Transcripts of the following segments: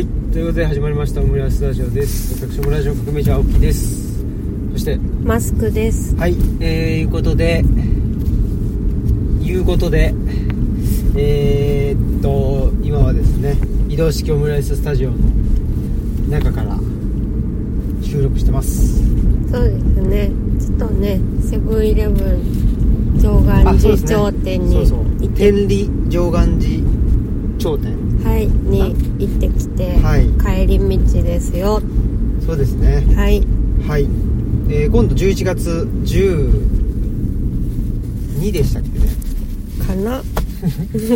いうことで始まりましたオムライスラジオです私もラジオ革命者青木ですそしてマスクです。はいえー、いうことでいうことでえー、っと今はですね移動式オムライススタジオの中から収録してますそうですね。ちょっとね、セブンイレブン上あ岸そう寺ですね頂点にそうそう行って、天理上岸寺頂点はい、に行ってきて、はい帰り道ですよ。そうですねはい、はい、えー、今度11月12でしたっけねか な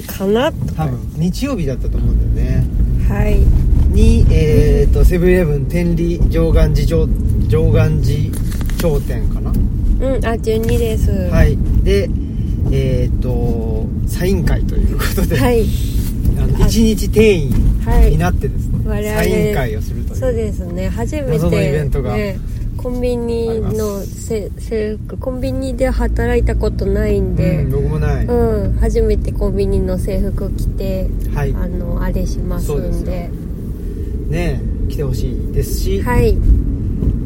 かな多分、日曜日だったと思うんだよねはい、にえー、とセブンイレブン天理上岸寺上上岸寺頂点かな、うん、あ、12です。。はいいでえー、とサイン会ということで、はい、あの1日定員はいになってですね、我々サイン会をするというそうですね。初め謎のイベてントがね、コンビニありまのせ制服、コンビニで働いたことないんうでん、僕もない、うん、初めてコンビニの制服着て、はいあのあれしますそうんでですねえ来てほしいですし、はい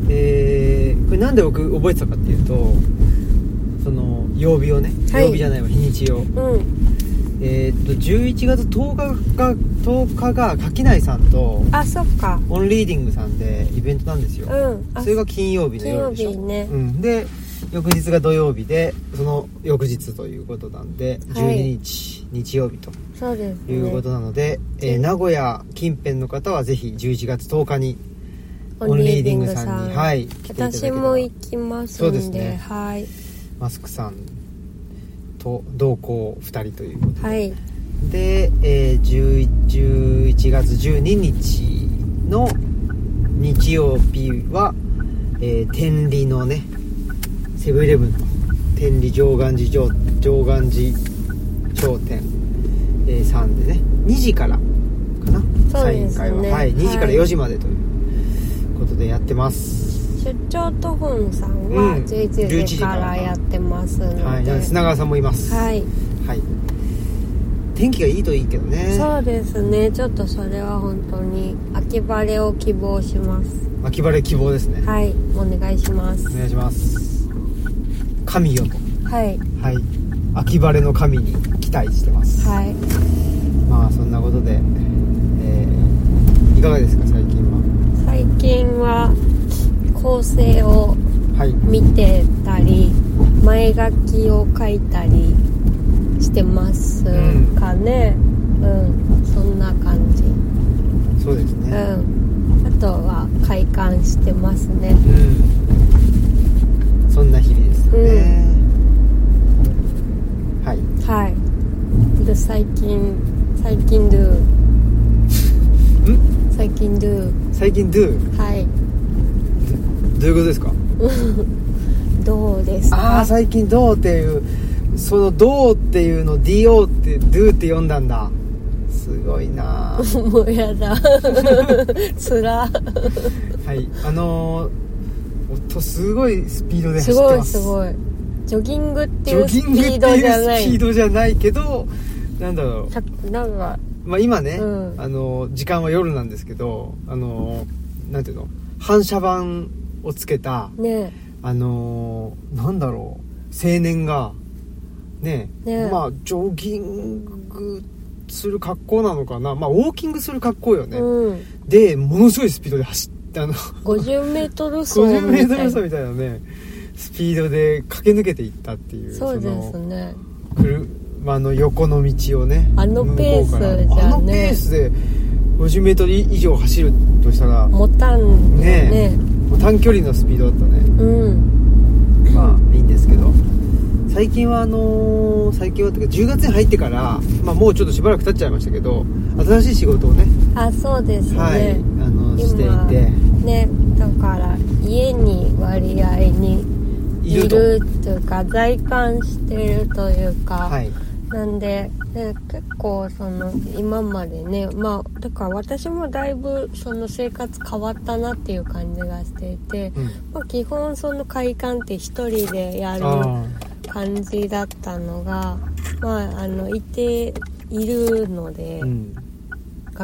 えーこれなんで僕覚えてたかっていうとその曜日をね、はい曜日じゃないわ日にちをうんえーっと11月10日が10日が垣内さんとあそっかオンリーディングさんでイベントなんですよ、うんあそれが金曜日の夜でしょ金曜日ねうん、で翌日が土曜日でその翌日ということなんでは12い日、日曜日とそうですねいうことなので、えーうん名古屋近辺の方はぜひ11月10日にオンリーディングさんにはい来ていただけ私ればも行きますそうんでですねはいマスクさんと同行2人ということではいで、えー、11, 11月12日の日曜日は、えー天理のねセブンイレブンの天理上岸寺上上岸寺商店、えーさんでね2時からかな、そサうイでンすね会は、はい、2時からはい4時までということでやってます、出張と本さんはうん11 11時時かかららやってますので、はいなので砂川さんもいます、はいはい、天気がいいといいけどねそうですねちょっとそれは本当に秋晴れを希望します秋晴れ希望ですね、はいお願いしますお願いします神よとはいはい秋晴れの神に期待してます、はいまあそんなことで、えーいかがですか最近は最近は構成をはい見てたり前書きを書いたりしてますかねうん、そんな感じうそうですんねあとは快感してますねうん、そんな日々ですかね、はいはいで最近最近 do 最近 do 最近 Do はいどういうことですかどうですあかあ最近 Do っていうその Do っていうの DO って Do って読んだんだすごいなあ もうやだ つらはい、あのー、音すごいスピードです走っごています。すごいジョギングってジいョうスギングってピードじゃないいうスピードじゃないけど、なんだろさなんかう。まあ今ね、うんあのー時間は夜なんですけど、あのーなんていうの、反射板をつけた、ねあのーなんだろう、青年が、ね、ねまあジョギングする格好なのかな、まあウォーキングする格好よね。うんで、ものすごいスピードで走って、あの、 50メートル走50メみートたルい走なみたいなねスピードで駆け抜けていったっていうそうですのね車の横の道をねあのペー向こスうからじゃねあのペースで50メートル以上走るとしたら持たんよねね短距離のスピードだったねうんまあいいんですけど最近はあのー最近はっていうか10月に入ってから、まあ、もうちょっとしばらく経っちゃいましたけど新しい仕事をねあそうですね、はいあのしてい今てねだから家に割合にいいるとるっていうか在館してるというか、はいなんで、ね、結構その今までねまあだから私もだいぶその生活変わったなっていう感じがしていて、うんまあ、基本その会館って一人でやるあ感じだったのがまああのいているので、ーうん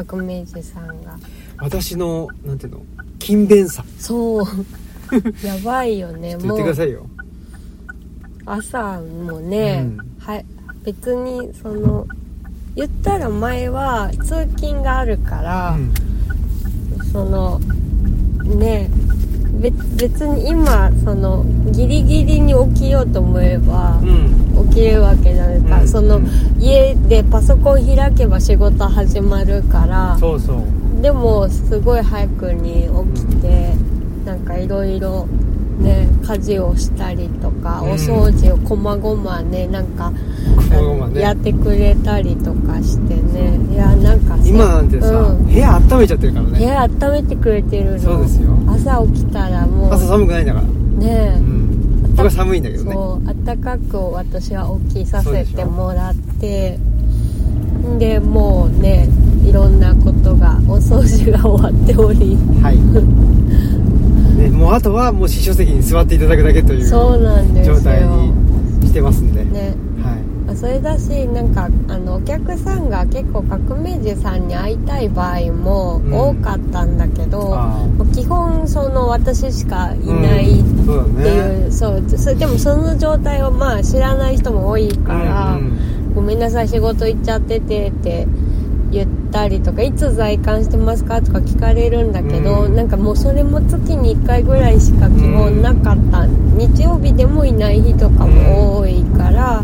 革命児さんが私のなんていうの勤勉さそう やばいよね言っもてくだうさいよ朝もね、うんはい別にその言ったら前は通勤があるから、うんそのねべ別に今そのギリギリに起きようと思えばうん起きるわけじゃないか、うんそのうん家でパソコン開けば仕事始まるからそうそうでもすごい早くに起きて、なんかいろいろね家事をしたりとか、うんお掃除をこまごまねなんか、まごまねやってくれたりとかしてねいやなんかせ今なんてさ、うん部屋温めちゃってるから部ね屋温めてくれてるのそうですよ朝起きたらも朝う寒くないんだからねうん僕は寒いんだけえどねそう暖かく私は起きさそうせでしてょもらってんでもうねいろんなことがお掃除が終わっておりはい、 ね、もうあとはもう試書席に座っていただくだけというそうなんですよ状態にしてますんで、ねはあそれだしなんかあのお客さんが結構革命児さんに会いたい場合うんも多かったんだけど、ああもう基本その私しかいいないうっん、そうてだねいう、そうそでもその状態をまあ知らない人も多いから、うんごめんなさい仕事行っちゃっててって言ったりとかいつ在館してますかとか聞かれるんだけど、うんなんかもうそれも月に1回ぐらいしか基本なかった、日曜日でもいない日とかも多いから、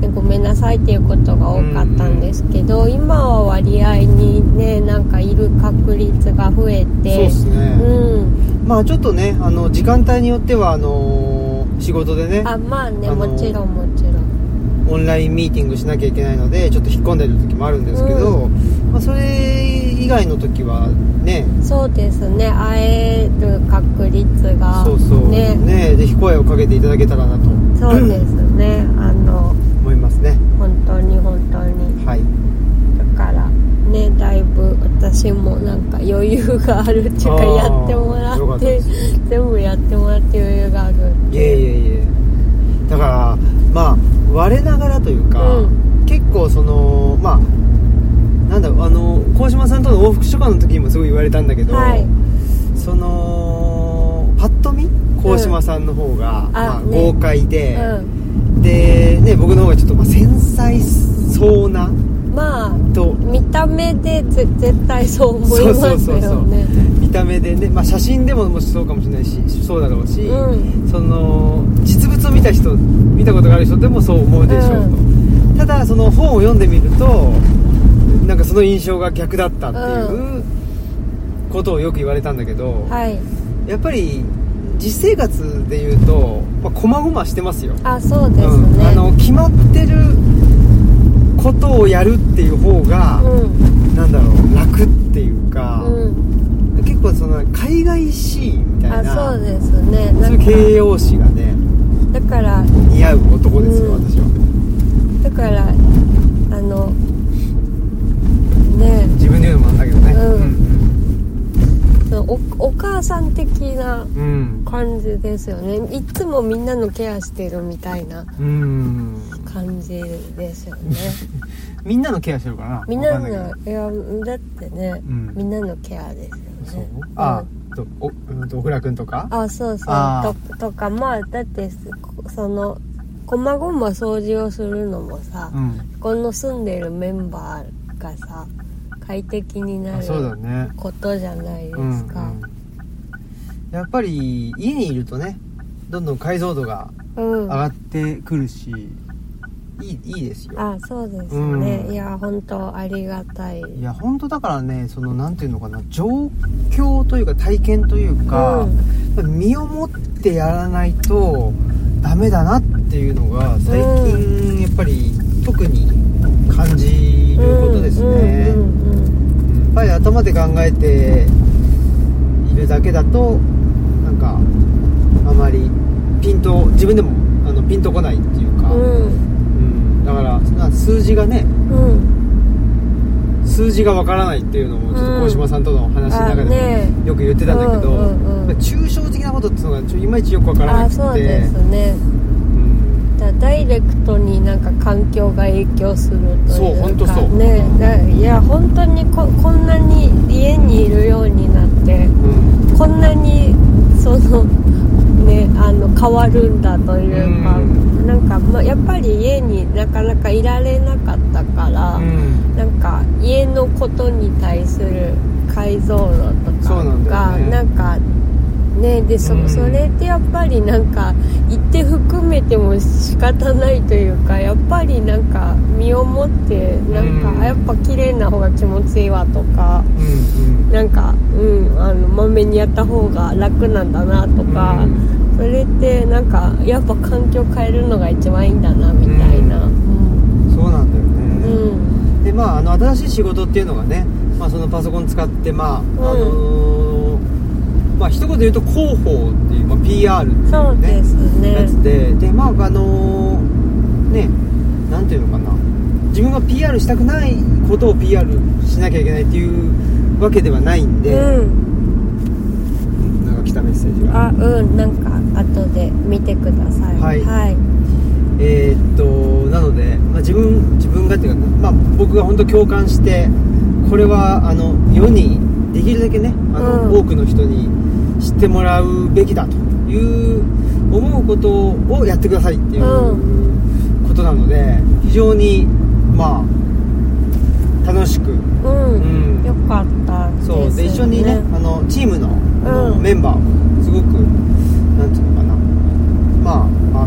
でごめんなさいっていうことが多かったんですけど、今は割合にねなんかいる確率が増えうんそうてっすね、うんまあちょっとねあの時間帯によってはあのー仕事でねあまあねあのもちろんもちろんオンラインミーティングしなきゃいけないのでちょっと引っ込んでる時もあるんですけど、まあ、それ以外の時はねそうですね会える確率がそうそうねねぜひ声をかけていただけたらなとそうですねあの 思いますね本当に本当にはいだからねだいぶ私もなんか余裕があるっていうかあーやってもよからっったでてす全部やってもらって余裕があるいえいえいえだからまあ我ながらというか、う結構そのまあなんだろうあの鴻島さんとの往復書簡の時にもすごい言われたんだけど、はいそのパッと見鴻島さんの方が、まあ、あね豪快で、うでね僕の方がちょっとまあ繊細そうなうんまあと見た目でぜ絶対そう思いますよねそうそうそうそう見た目でね、まあ、写真でももしそうかもしれないしそうだろうし、うその実物を見た人見たことがある人でもそう思うでしょうと、うただその本を読んでみるとなんかその印象が逆だったっていううことをよく言われたんだけど、はいやっぱり実生活で言うとまあ細々、してますよあそうですね、うん、あの決まってることをやるっていう方が、うなんだろう楽っていうか、んうん結構その海外シーンみたいあなそうですねなそういんうか形容詞がねだから似合う男ですよ、うん私はだからあのねえ自分で言うのもなんだけどねうんそのおお母さん的なうんうん感じですよねいつもみんなのケアしてるみたいなうん感じですよ ねみんなのケアしてるからなみんなわかんいのけいやだってね、うんみんなのケアですよどそうねあうんとおうんと小倉君とかあそうそうあととかまあだってそのこまごま掃除をするのもさ、うんこの住んでるメンバーがさ快適になあるそうだねことじゃないですか、うんうんやっぱり家にいるとねどんどん解像度がうん上がってくるし、いいいいですよあそうですね、うんいや本当ありがたいいや本当だからねそのなんていうのかな状況というか体験というか、身をもってやらないとダメだなっていうのが最近やっぱり特に感じることですね、うんうんやっぱり頭で考えているだけだとなんかあまりピンと自分でもあのピンとこないっていうか、うんうんだからな数字がねうんうん数字がわからないっていうのもちょっとうん鴻島さんとの話の中であねもよく言ってたんだけど、うんうんうんやっぱり抽象的なことっていうのがちょいまいちよくわからなあくてそうですねうんだダイレクトになんか環境が影響するというかそうほんとそうねだいや本当にここんなに家にいるようになってうんこんなにその ねあの変わるんだというか、うんなんか、まあ、やっぱり家になかなかいられなかったから、うんなんか家のことに対する解像度とそうかなんだよがねなんかねでそ,、うんそれってやっぱりなんか言って含めても仕方ないというかやっぱりなんか身をもってなんか、うんあやっぱ綺麗な方が気持ちいいわとかうんなんかうんあのまめにやった方が楽なんだなとか、うんそれってなんかやっぱ環境変えるのが一番いいんだなみたいな。そうなんだようね、んでまああの新しい仕事っていうのがね、まあ、そのパソコン使ってまあ、あのーまあ一言で言うと広報っていう、まあ、PR っていうそうですね。やつで、でまああのねなんていうのかな自分が PR したくないことを PR しなきゃいけないっていうわけではないんで、うん、なんか来たメッセージがあうんなんか後で見てくださはいいはい、えーっとなので、まあ、自分自分がっていうか、まあ、僕が本当共感してこれはあの世にできるだけねあの、うん多くの人に知ってもらうべきだという思うことをやってくださいっていうことなので、非常にまあ楽しく、うう、んんよかったです、ね、そうで一緒にねあのチームのあのうんメンバーをすごくなんていうのかなまああ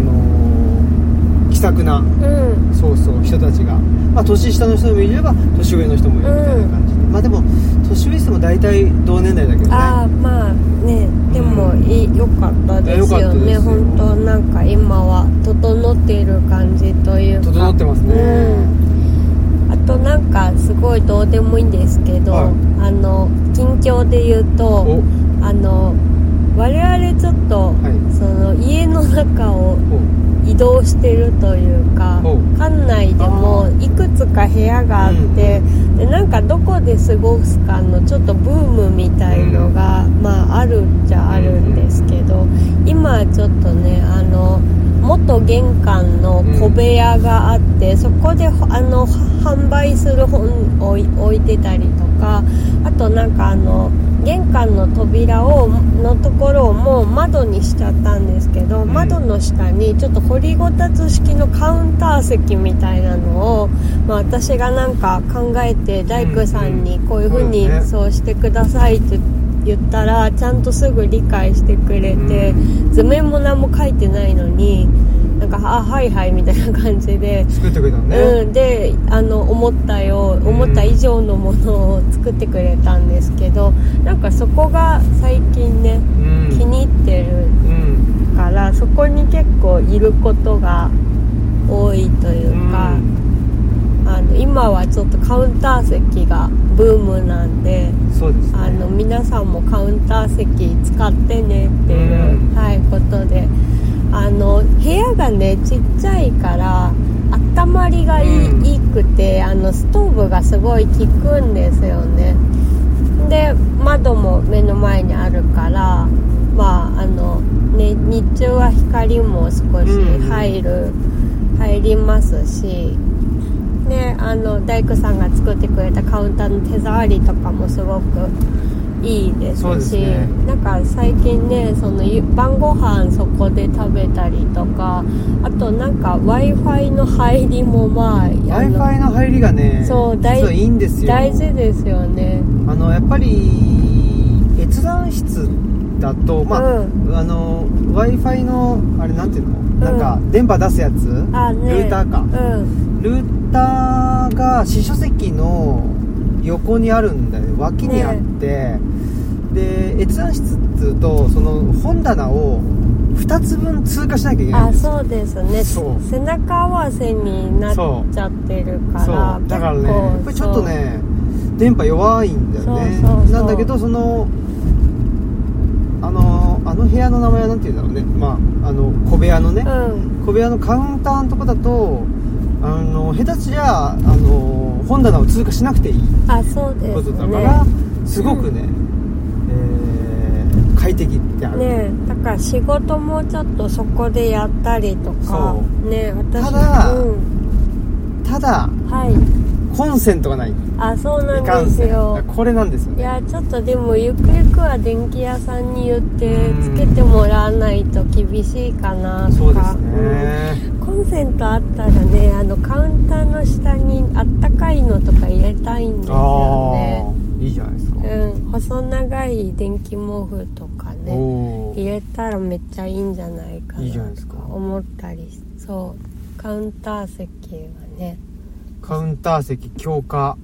のー気さくなうんそうそう人たちが、まあ、年下の人もいれば年上の人もいるみたいな感じで、まあでも年上の人も大体同年代だけどねああまあねでもいい、良かったでいすや良かっよたですねよ本当なんか今は整っている感じというか整ってますね、うんあとなんかすごいどうでもいいんですけど、はいあの近況で言うとおあの我々ちょっと、はいその家の中をお移動してるというかおう館内でもいくつか部屋があって、でなんかどこで過ごすかのちょっとブームみたいのが、まああるっちゃあるんですけど、今ちょっとねあの元玄関の小部屋があって、そこでほあの販売する本を置い置いてたりとかあとなんかあの玄関の扉をのところをもう窓にしちゃったんですけど、ん窓の下にちょっと掘りごたつ式のカウンター席みたいなのを、まあ、私がなんか考えて大工さんにこういうふうにそうだねそうしてくださいって言ったらちゃんとすぐ理解してくれて、図面も何も書いてないのになんか「あはいはい」みたいな感じで。作ってくれたのね、うん、であの思ったよ思った以上のものを作ってくれたんですけどなんかそこが最近ねうん気に入ってるうんからそこに結構いることが多いというか、あの今はちょっとカウンター席がブームなんでうんそうですねあの皆さんもカウンター席使ってねっていう、うんはい、ことであの部屋がねちっちゃいから温まりがいい,、うんいいくてあのストーブがすごい効くんですよねで窓も目の前にあるからまああのね日中は光も少うんし入る、入りますしね、あの大工さんが作ってくれたカウンターの手触りとかもすごくいいですそうですしねなんか最近ねそのゆ晩ご飯そこで食べたりとかあとなんか w i f i の入りもまああ w i f の i の入りがねそう実大はいいんですよ大事ですよねあのやっぱり閲覧室だとまあ、うあの w i f i のあれなんていうの、んなんか電波出すやつあねルーターかうんルーターが支書席の横にあるんだよね脇にあって、で閲覧室っていうとその本棚を2つ分通過しなきゃいけないんあですそうですねそう背中合わせになっちゃってるからそうだからね結構やっぱりちょっとね電波弱いんだよねそうそうそうなんだけどそのあのあの部屋の名前は何て言うんだろうねまああの小部屋のね、そううん小部屋のカウンターのとこだとあの下手すりゃあの本棚を通過しなくていいあそうでことすだかねらすごくね、えー快的ってある、ねだから仕事もちょっとそこでやったりとかそね私ただうん、ただはいコンセントがないいあそうなかんんですせよんこれなんですよいねやちょっとでもゆくゆくは電気屋さんに言ってうんつけてもらわないと厳しいかなとかそうですねうんコンセントあったらねあのカウンターの下にあったかいのとか入れたいんですよあねあいいじゃないですか、うん細長い電気毛布とかねお入れたらめっちゃいいんじゃないかいいじゃなないですとかか思ったりそうカウンター席はねおカウンター席強化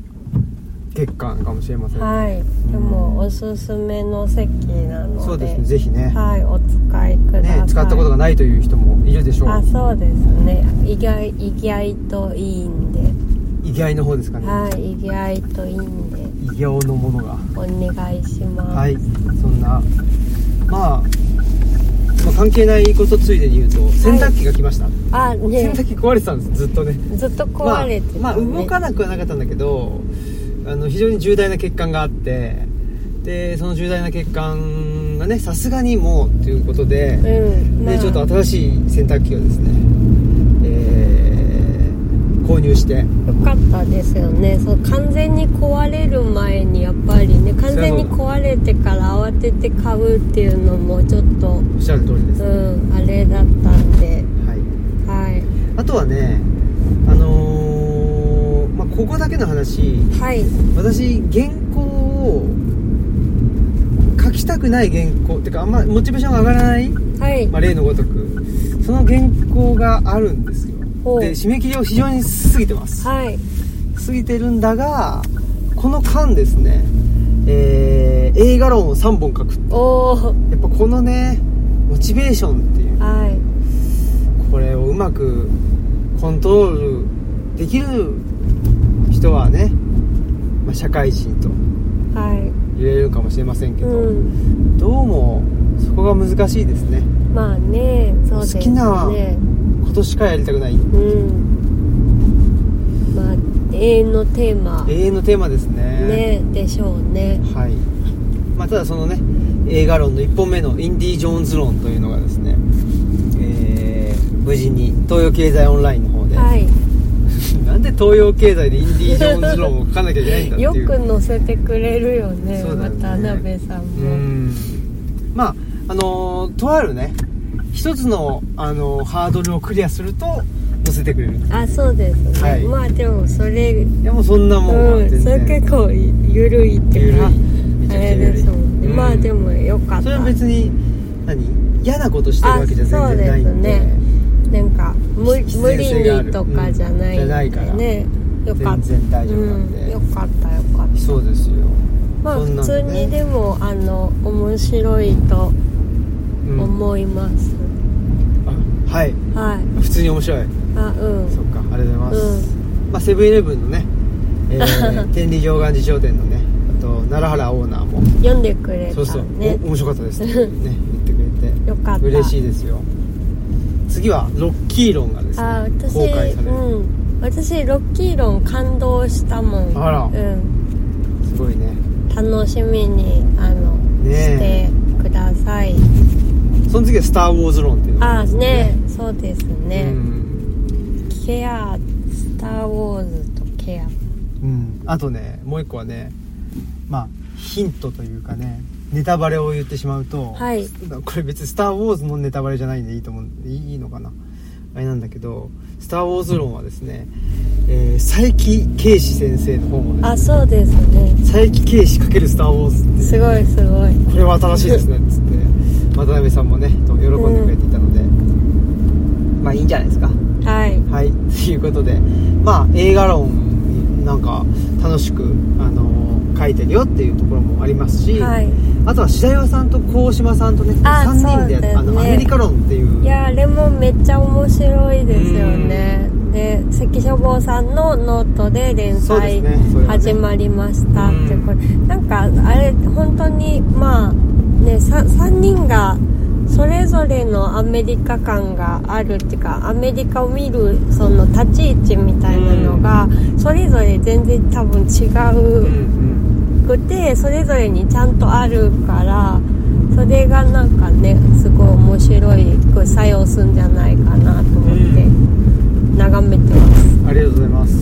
欠陥かもしれませんね、はいでもおすすめの席なのでそうですねぜひね,、はいお使いください、ね使ったことがないという人もいるでしょあうそうですね意外意外といいんで意外の方ですかね、はい意外といいんで異形のものがお願いしますはいそんなまあまあ関係ないことついでに言うと洗濯機が来ました、あね洗濯機壊れてたんですずっとねずっと壊れてた、ねまあ、まあ動かななくはなかったんだけどあの非常に重大な欠陥があってでその重大な欠陥がねさすがにもうということで、うん、まあ、でちょっと新しい洗濯機をですね、えー購入してよかったですよねそう完全に壊れる前にやっぱりね完全に壊れてから慌てて買うっていうのもちょっとおっしゃる通りです、うんあれだったんではい、はいあとはねあのーまあ、ここだけの話はい私原稿を書きたくない原稿ってかあんまモチベーションが上がらないはいまあ、例のごとくその原稿があるんですよほうで締め切りを非常に過ぎてますはい過ぎてるんだがこの間ですね、えー映画論を3本書くおおやっぱこのねモチベーションっていうはいこれをうまくコントロールできる人はね、まあ、社会人とはい言えるかもしれませんけど、うんどうもそこが難しいですねまあねそうですね好きなことしかやりたくないうんまあ永遠のテーマ永遠のテーマですねでしょうねはい、まあ、ただそのね映画論の1本目の「インディ・ジョーンズ論」というのがですね、えー無事に東洋経済オンラインの方で、はいなんで東洋経済でインディ・ジョーンズ論を書かなきゃいけないんだって よいうく載せてくれるよねそうだまよねた田辺さんうも、んまああのーとあるね一つの、あのーハードルをクリアすると載せてくれるあそうですね、はいまあでもそれいやもうそんなもんはうん全それ然結構ゆるいってい緩いうかめちゃくちあゃれ緩いですもんね、うんまあでもよかったそれは別に何嫌なことしてるわけじゃあそ全うで然すないんでねなんか無必無然理性があるにとかじゃないんで、ねうんじゃないからよかった全然大丈夫なんでうん、よかったよかったそうですよまあそん普なの通ねにでもあの面白いとうん思います、あはいはい普通に面白いあうそっかありがんとうございます、うまあ、セブンイレブンのね、え ー天理城岩寺商店のねあと奈良原オーナーも、読んでくれたねそうそうお面白かった ですってね言ってくれてよかった嬉しいですよ次はロッキー論がですねあ私公開される、うん私ロッキー論感動したもんあらうん、すごいね楽しみにあの、ねしてくださいその次は「スター・ウォーズ論」っていうのがああるんですねそうですねねう、ん、ケアスター・ウォーズとケアうん、あとねもう一個はねまあヒントというかねネタバレを言ってしまうと、はいこれ別に「スター・ウォーズ」のネタバレじゃないんでいいと思ういいのかなあれなんだけど「スター・ウォーズ論」はですね、えー佐伯啓史先生の本をねあそうですね佐伯啓史×スター・ウォーズってすごいすごいこれは新しいですねっつって渡辺さんもねと喜んでくれていたので、まあいいんじゃないですかはいはい、ということで、まあ、映画論なんか楽しく、あの書いてるよっていうところもありますし、はいあとは白岩さんと鴻島さんとねあ3人でやっそうだよねあのアメリカ論っていういやあれもめっちゃ面白いですよねで関書房さんのノートで連そうです載ねそれはね始まりましたってうんこれなんかあれ本当にまあね 3, 人がそれぞれのアメリカ感があるっていうかアメリカを見るその立ち位置みたいなのがそれぞれ全然多分違うんううんくてそれぞれにちゃんとあるからそれがなんかねすごい面白いこう作用するんじゃないかなと思ってう眺めてます、ありがとうございます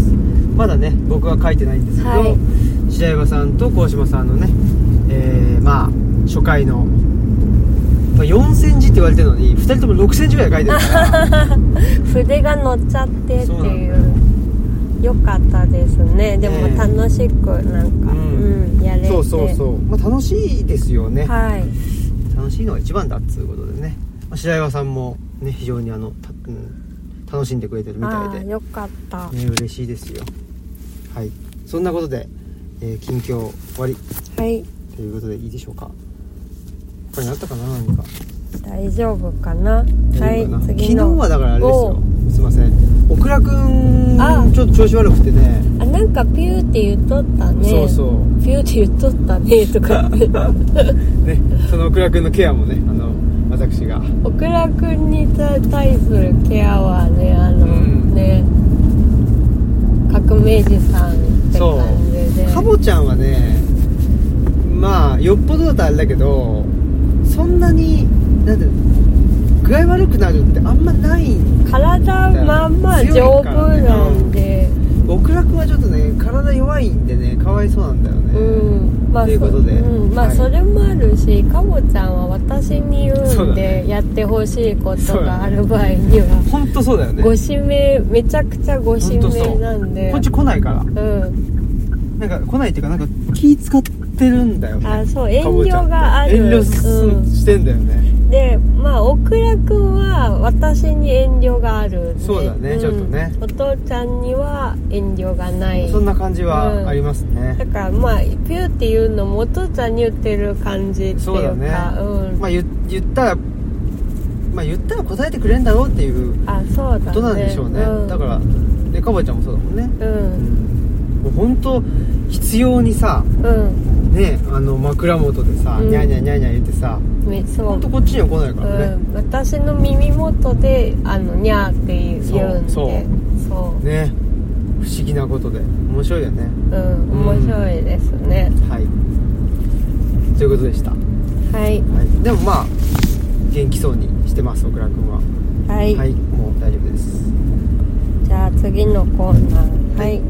まだね僕は書いてないんですけど、はい白岩さんと鴻島さんのね、えーまあ初回の、まあ、4センチって言われてるのに2人とも6センチぐらい書いてるから 筆が乗っちゃってってそうなんいだよう良かったですねでもねえ楽しくなんか、うんうんやれてそうそうそう、まあ、楽しいですよね、はい楽しいのが一番だっつうことでね、まあ、白岩さんもね非常にあの、たうん、楽しんでくれてるみたあいあで、ね、よかった嬉しいですよはいそんなことで、えー近況終わりはいということでいいでしょうかこれなったかな何か大丈夫かなは大丈夫かない昨次日のはだからあれですおようすいませんオクラくんあちょっと調子悪くてねあなんかピューって言っとったねそうそうピューって言っとったねとか言ってねそのオクラくんのケアもねあの私がオクラくんに対するケアはねあの、うんね革命児さんってそう感じでカボちゃんはねまあよっぽどだとあれだけどそんなになんて具合悪くなるってあんまない体まんま丈夫なんで、オクラくんはちょっとね体弱いんでねかわいそうなんだよね、うんまあということでそうんまあはいそれもあるし、かぼちゃんは私に言そううんだで、ねやってほしいことそうだがねある場合には、ほんとそうだよねご指名めちゃくちゃご指名なんでこっち来ないからうんなんか来ないっていうかなんか気使ってるんだよねあそうかぼちゃん遠慮ってがある遠慮すうんしてんだよねでまあ大倉君は私に遠慮があるんでそうだねちょっとねお父ちゃんには遠慮がないそんな感じうんはありますねだ、からまあピューっていうのもお父ちゃんに言ってる感じっていうかそうだねん、まあ言言ったらまあ言ったら答えてくれるんだろうっていうあそうだねことなんでしょうねんだからでかぼちゃんもそうだもんね、ううんん、もう本当必要にさうんねあの枕元でさ、うんニャーニャーニャーニャー言ってさめそ本う当こっちには来ないからね、うん、私の耳元で「あのにゃー」って言うんでそうそうね不思議なことで面白いよねうん、面白いですね、はいということでした、ははいい、でもまあ元気そうにしてます小倉君ははい、はいもう大丈夫ですじゃあ次のコーナーはい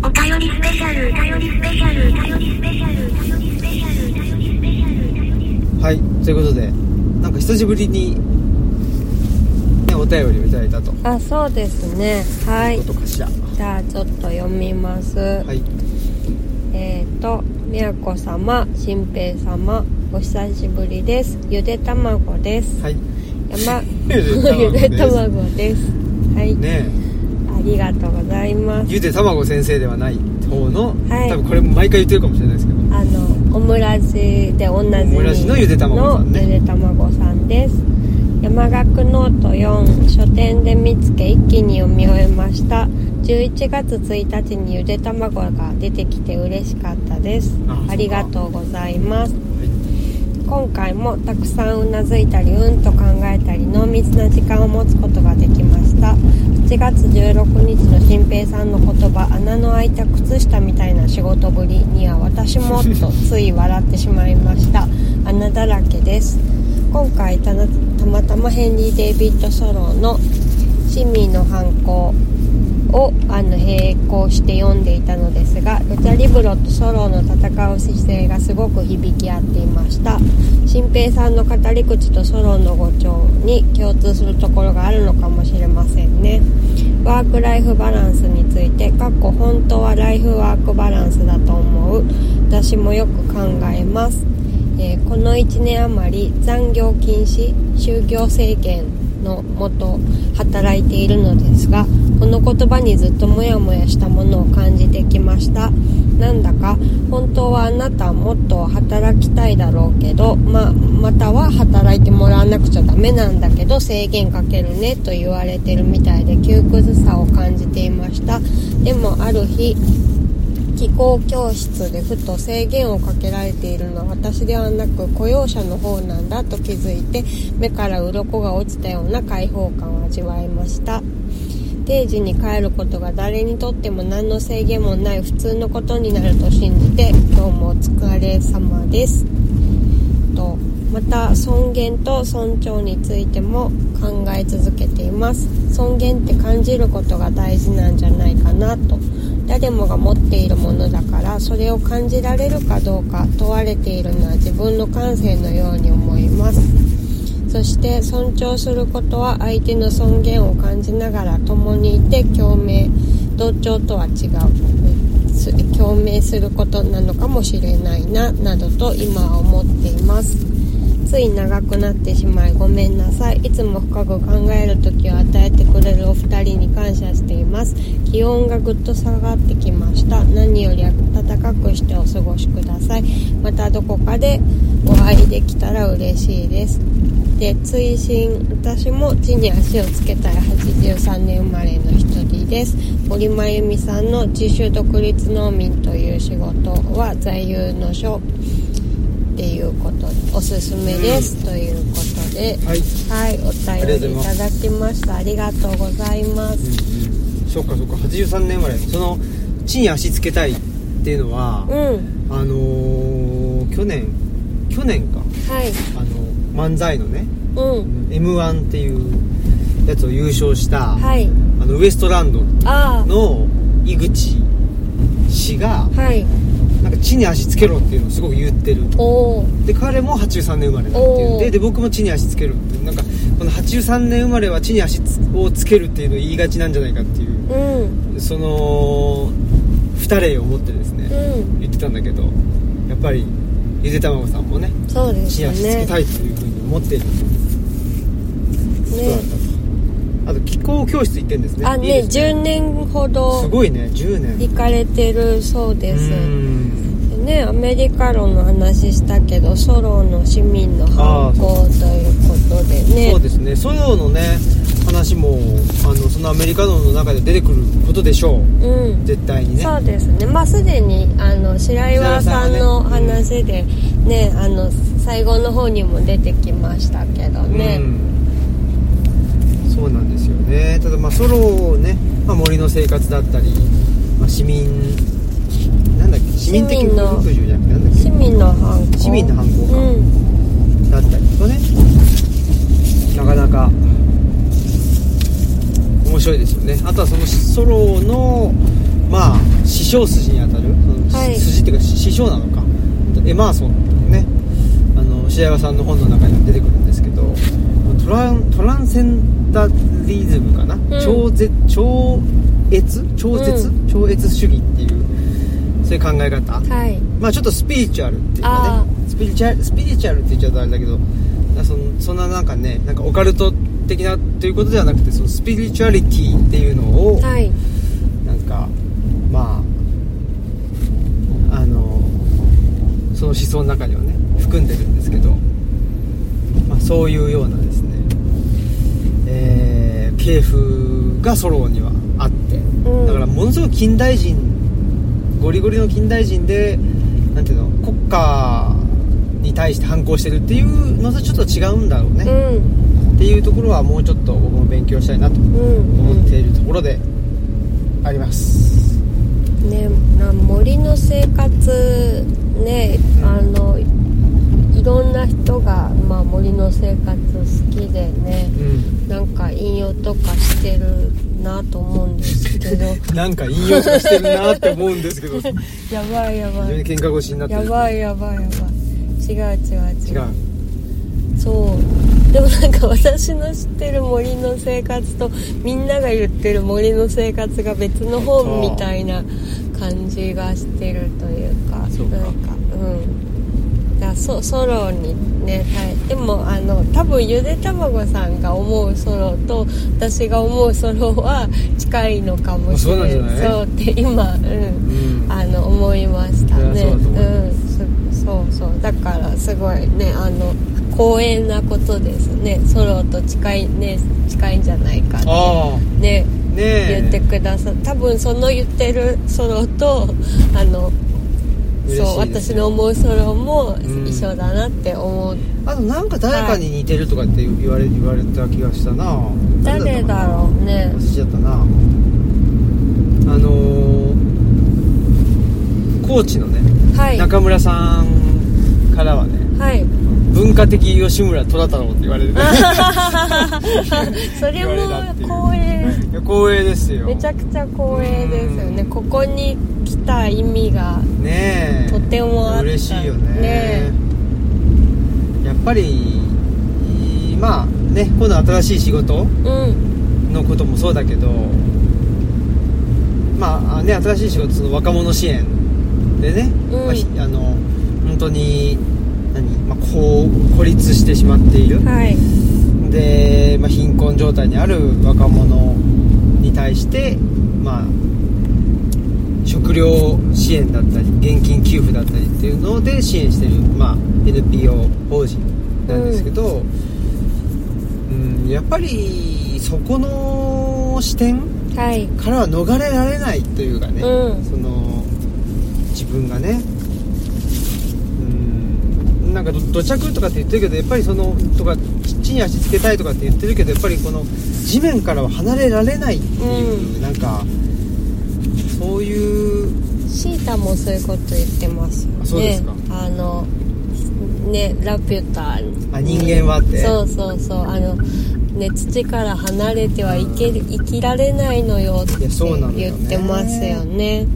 お便りスペシャル、お便りスペシャル、お便りスペシャル、お便りスペシャル、お便りスペシャル、お便りスペシャル。はいということでなんか久しぶりに、ね、お便りをいただいたと、あそうですねはういことかしらはじゃあちょっと読みます、いえー、と「みやこ様新平様お久しぶりですゆで卵ですはい」山 ゆ ゆでで卵卵ですはい、ねえありがとうございますゆで卵先生ではない方の、はい多分これも毎回言ってるかもしれないですけどあのオムラジでおなじみオムラジのゆで卵さんねのゆで卵さんです山岳ノート4書店で見つけ一気に読み終えました11月1日にゆで卵が出てきて嬉しかったですあそうあかりがとうございますは今回もたくさんうなずいたりうんと考えたり濃密な時間を持つことができました7月16日の新平さんの言葉「穴の開いた靴下みたいな仕事ぶり」には私もとつい笑ってしまいました穴だらけです今回たなたまたまヘンリー・デイビッド・ソローの「市民の犯行」をあの並行して読んでいたのですがルチャリブロとソローの戦う姿勢がすごく響き合っていました新平さんの語り口とソローの語調に共通するところがあるのかもしれませんねワーク・ライフ・バランスについてかっこ本当はライフ・ワーク・バランスだと思う私もよく考えます、えーこの1年余り残業禁止就業制限のもと働いているのですがこの言葉にずっとモヤモヤしたものを感じてきましたなんだか本当はあなたはもっと働きたいだろうけど、まあ、または働いてもらわなくちゃダメなんだけど制限かけるねと言われてるみたいで窮屈さを感じていましたでもある日気候教室でふと制限をかけられているのは私ではなく雇用者の方なんだと気づいて目から鱗が落ちたような解放感を味わいました定時に帰ることが誰にとっても何の制限もない普通のことになると信じて今日もお疲れ様ですとままた尊厳と尊重についても考え続けています尊厳って感じることが大事なんじゃないかなと誰もが持っているものだからそれを感じられるかどうか問われているのは自分の感性のように思いますそして尊重することは相手の尊厳を感じながら共にいて共鳴同調とは違うす共鳴することなのかもしれないななどと今は思っていますつい長くなってしまいごめんなさいいつも深く考える時を与えてくれるお二人に感謝しています気温がぐっと下がってきました何より暖かくしてお過ごしくださいまたどこかでお会いできたら嬉しいですで追伸私も地に足をつけたら83年生まれの一人です森真由美さんの自主独立農民という仕事は座右の書っていうことでおすすめです、ということではい、はいお便りいただきましたありがとうございますうんうん、そっかそっか83年生まれその地に足つけたいっていうのは、うんあのー去年去年かはいあの漫才のねうん m 1っていうやつを優勝した、はいあのウエストランドあの井口氏があはいなんか地に足つけろっていうのをすごく言ってるおおで彼も83年生まれだっていおうーでで僕も地に足つけるっていうなんかこの83年生まれは地に足つをつけるっていうのを言いがちなんじゃないかっていううんその二例を持ってですうねん言ってたんだけどやっぱりゆでたまごさんもねそうで地にすよ足つけねたいというふうに思っていることだっねたあと気候教室行ってんですねあいいねです10年ほどすごいね10年行かれてるそうですうんねアメリカ論の話したけどソロの市民のあ犯ー行ということでねそうですねソヨのね話もあのそのアメリカの中で出てくることでしょううん絶対にねそうですねまあすでにあの白岩さんの白岩話でねあの最後の方にも出てきましたけどねうん、そうなんですよねただまあソロをね、まあ、森の生活だったり、まあ、市民なんだっけ市民的市民の不自由じゃなくてなんだっけ市民の犯行市民の犯行かうんだったりとねなかなか面白いですよねあとはそのソロのまあ師匠筋にあたるその、はい筋っていうか師匠なのかエマーソンっていうねあの白岩さんの本の中にも出てくるんですけどトラントランセンダリズムかな、超絶超越超絶、う超越主義っていうそういう考え方、はいまあちょっとスピリチュアルっていうかあねスピリチュアルスピリチュアルって言っちゃうとあれだけどなんかそのそんななんかねなんかオカルト的なということではなくてそのスピリチュアリティっていうのをはいなんかまああのその思想の中にはね含んでるんですけど、まあ、そういうようなですね、えー系譜がソロにはあって、うんだからものすごく近代人ゴリゴリの近代人でなんていうの国家に対して反抗してるっていうのとちょっと違うんだろううね、んっていうところはもうちょっと僕も勉強したいなとうん思っているところであります、ね、な森の生活ねうんあのいろんな人が、まあ、森の生活好きでねうん、なんか引用とかしてるなと思うんですけどなんか引用してるなって思うんですけど非 やばいやば常にい喧嘩腰になってやるばいやばいやばい違う違う違違ううそうでもなんか私の知ってる森の生活とみんなが言ってる森の生活が別の本みたいな感じがしてるというかそうかなんかうんだからソソロにね、はい、でもあの多分ゆでたまごさんが思うソロと私が思うソロは近いのかもしれないそうなんじゃないそうって今うんうんあの思いましたねいやそうだと思いまんそそうそうだからすごいねあの光栄なことですねソロと近いね近いんじゃないかってあねあねえ言ってくださ多分その言ってるソロとあの嬉しいそうです私ねの思うソロもん一緒だなって思う、あとなんか誰かに似てるとかって言われ言われた気がしたな誰だうろうね忘れちゃったなあのー、コーチのね、はい中村さんからはねはい「文文化的吉村虎太郎って言われ てねそれも光栄いや光栄ですよめちゃくちゃ光栄ですようねんここに来た意味がねえとてもあった嬉しいよねねやっぱりまあね今度新しい仕事うんのこともそうだけどまあね新しい仕事その若者支援でね、うんまあひあの本当に何、まあ、こう孤立してしまっているはいで、まあ、貧困状態にある若者に対して、まあ、食料支援だったり現金給付だったりっていうので支援してる、まあ、NPO 法人なんですけど、うんやっぱりそこの視点はいからは逃れられないというかね、うんその自分がねうんなんかど土着とかって言ってるけどやっぱりそのとか地に足つけたいとかって言ってるけどやっぱりこの地面からは離れられないっていう、なんかそういうシータもそういうこと言ってますよねあそうですかあのねラピュタあ人間はってそうそうそうあのね土から離れてはいける生きられないのよっていやそうなのよ言ねってますよね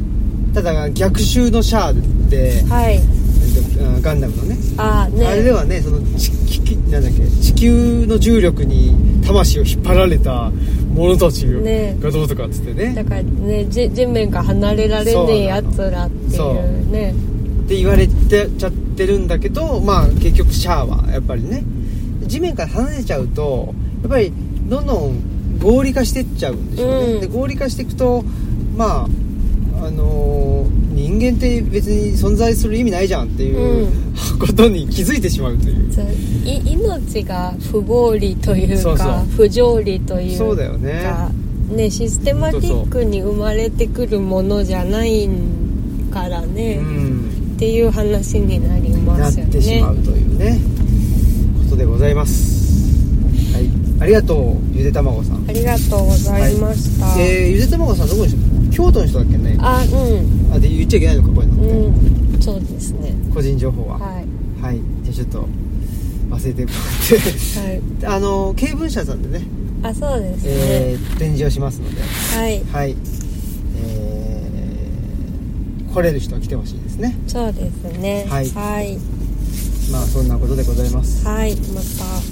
ただ逆襲のシャアってはいうんガンダムのねあねあれではねその地地なんだっけ地球の重力に魂を引っ張られた者たちねがどうとかっつってねだからねじ地面から離れられねえやつらってそうなのいうねって言われてちゃってるんだけどまあ結局シャアはやっぱりね地面から離れちゃうとやっぱりどんどん合理化してっちゃうんでしょうね、うんで合理化していくとまああのー人間って別に存在する意味ないじゃんっていううことに気づいてしまうという、そうい命が不合理というかそうそう不条理というかそうだよねねシステマティックに生まれてくるものじゃないからね、うんっていう話になりなまっすよねてしまうというねことでございますはいありがとうゆでたまごさんありがとうございました、えー、ゆでたまごさんどこにし京都の人だっけねあうあで言っちゃいけないのかこういうのって、んうんそうですね個人情報はははいい、じゃあちょっと忘れてもらっはいて あの軽文社さんでね、あそうですね、えー展示をしますのではいはいえー、来れる人は来てほしいですねそうですねはいはい、まあそんなことでございますはいまは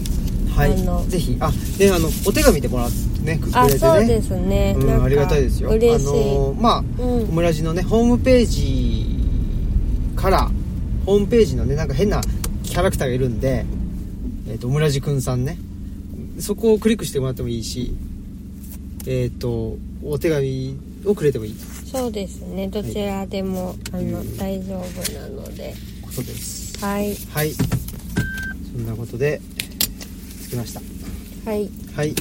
あのいぜひあであのお手紙でもらってねくれてたあねそうですね、うなんん、かありがたいですよ嬉しい、あのーまあ、うんオムラジのねホームページからホームページのねなんか変なキャラクターがいるんで、えー、とオムラジくんさんねそこをクリックしてもらってもいいしえっ、とお手紙をくれてもいいといそうですねどちらでも、あの、うん大丈夫なのでうことですはいはいそんなことで着きましたはいはい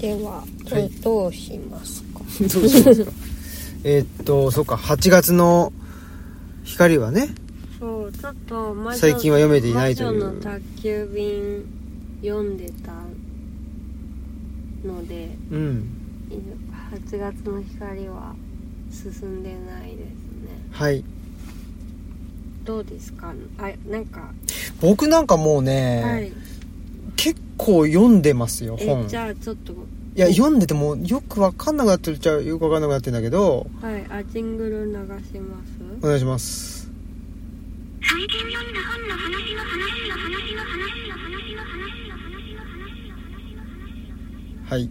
では、はいどうしますかどうしますかえっとそうか8月の光はねそうちょっと魔女最近は読めていないという魔女の宅急便読んでたのでうん8月の光は進んでないですねはいどうですかあなんか、僕なんかもうね、はい結構読んでますよ本えいじゃあちょっとや読んでてもよくわかんなくなってるっちゃよくわかんなくなってるんだけどはいあジングル流しますお願いします最近読んだ本の話の話の話の話の話の話はの話の話の話の話の話い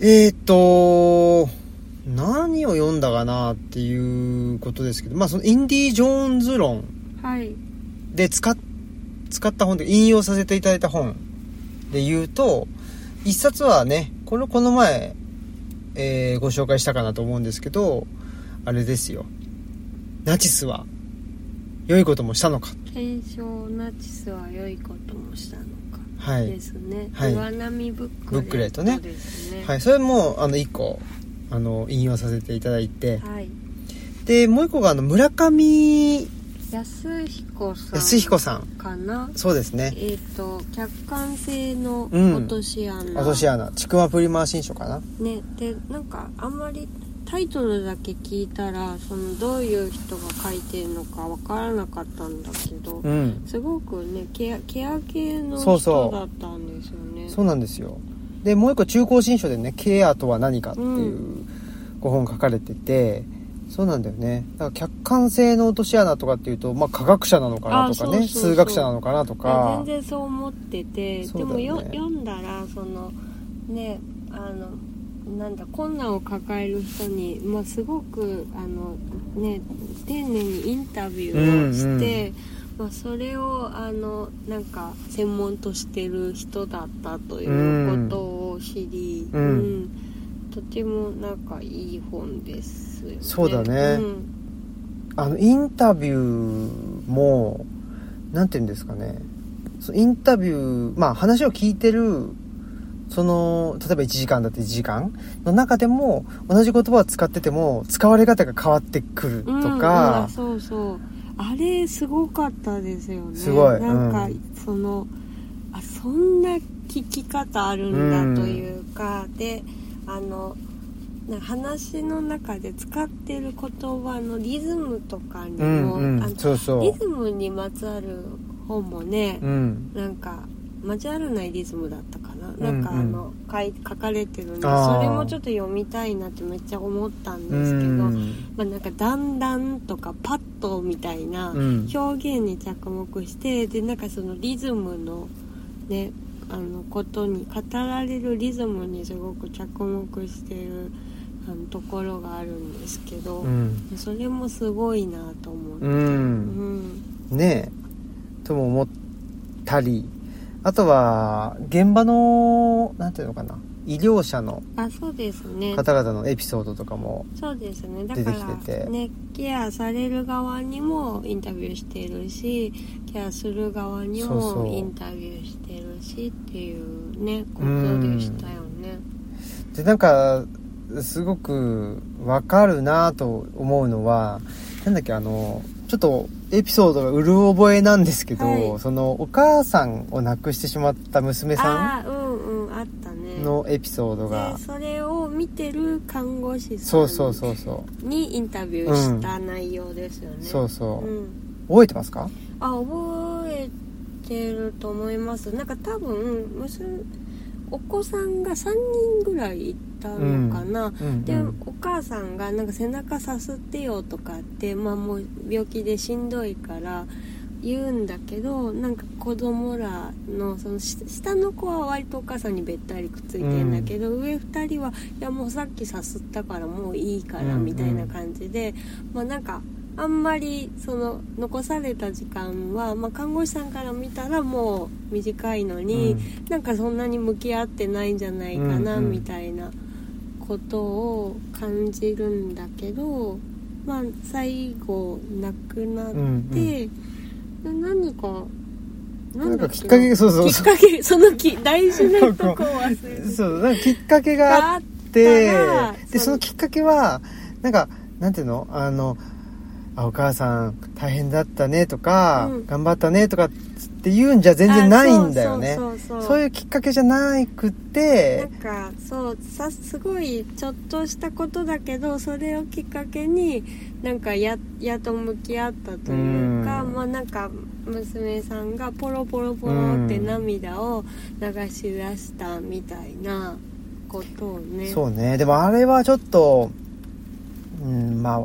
えー、っと何を読んだかなっていうことですけどまあそのインディ・ジョーンズ論はいで使っ使った本で引用させていただいた本で言うと一冊はねこれこの前、えーご紹介したかなと思うんですけどあれですよナチスは良いこともしたのか検証ナチスは良いこともしたのかはでい、すね、はい岩波ブックレットブックレットねですねはい、それもあの1個あの引用させていただいてはいでもう1個があの村上安彦さん康彦さんかなそうですねえっ、と客観性のうん落とし穴、落とし穴ちくわプリマー新書かなねでなんかあんまりタイトルだけ聞いたらそのどういう人が書いてるのかわからなかったんだけど、うんすごくねケアケア系のそうそう人だったんですよねそうなんですよでもう一個中高新書でね「ケアとは何か」っていうご本書かれてて、そうなんだよねだから客観性の落とし穴とかっていうと、まあ、科学者なのかなとかねあそうそうそう数学者なのかなとあか全然そう思ってて、そうでだもよよね読んだらそのねあのなんだ困難を抱える人に、まあ、すごくあの、ね、丁寧にインタビューをして、まあ、それをあのなんか専門としてる人だったということを知り、うんうんとてもなんかいい本ですよね。そうだねんあのインタビューもなんて言うんですかねそのインタビューまあ話を聞いてるその例えば1時間だって1時間の中でも同じ言葉を使ってても使われ方が変わってくるとうんうんかあ、そうそうあれすごかったですよねすごいなんか、うんそのあそんな聞き方あるんだというか、であのな話の中で使ってる言葉のリズムとかにうんも、うんあのそうそリうズムにまつわる本もね、うんなんか交わらないリズムだったかな、んうんなんかあのかい書かれてるのあーそれもちょっと読みたいなってめっちゃ思ったうんですけど、んまあ、なんか「だんだん」とか「パッと」みたいなうん表現に着目してでなんかそのリズムのねあのことに語られるリズムにすごく着目してるあのところがあるんですけど、うんそれもすごいなと思って。ううんんねえとも思ったりあとは現場のなんていうのかな医療者のあそうですね方々のエピソードとかもそうですねだ出かてきらててねケアされる側にもインタビューしてるしケアする側にそうそもうインタビューしてるしっていうねこうんとでしたよねでなんかすごくわかるなと思うのはなんだっけあのちょっとエピソードがうる覚えなんですけど、はいそのお母さんを亡くしてしまった娘さああうんうんあったねんのエピソードがでそれを見てる看護師さそうそうそんうそうにインタビューした内容ですよね、そうそう、うん覚えてますかあ覚えてると思いますなんか多分娘お子さんが3人ぐらいいたのかな、うんうんで、お母さんがなんか背中さすってよとかって、まあ、もう病気でしんどいから言うんだけどなんか子供らのそのし下の子は割とお母さんにべったりくっついてんだけど、上2人はいやもうさっきさすったからもういいからうんみたいな感じで、まあなんかあんまりその残された時間は、まあ、看護師さんから見たらもう短いのに、うんなんかそんなに向き合ってないんじゃないかなうんうんみたいなことを感じるんだけど、まあ、最後亡くなっうんうんて、何かなんだかけきっかけそうそうきっそうかけそのき大事なとこ忘れて そうなんかきっかけがあってたでだからでそのそのきっかけはなんかなんていうのあのあお母さん大変だったねとか、うん頑張ったねとかって言うんじゃ全然ないんだよねあそうそうそうそういうきっかけじゃなくてなんかそうさすごいちょっとしたことだけどそれをきっかけになんかややと向き合ったというかうんまあなんか娘さんがポロポロポロって涙を流し出したみたいなことをねそうねでもあれはちょっと、うん、まあ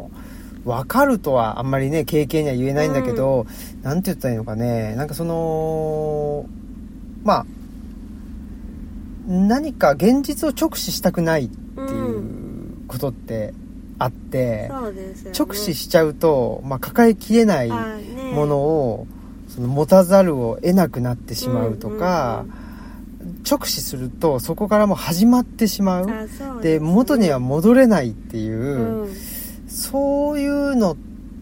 分かるとはあんまりね経験には言えないんだけど、なんて言ったらいいのかねなんかそのまあ何か現実を直視したくないっていうことってあって、そうですよ、ね、直視しちゃうと、まあ、抱えきれないあもーねのを、その持たざるを得なくなってしまうとか、直視するとそこからもう始まってしまうんううんうんあそうでね元には戻れないっていうう、んそういうのっ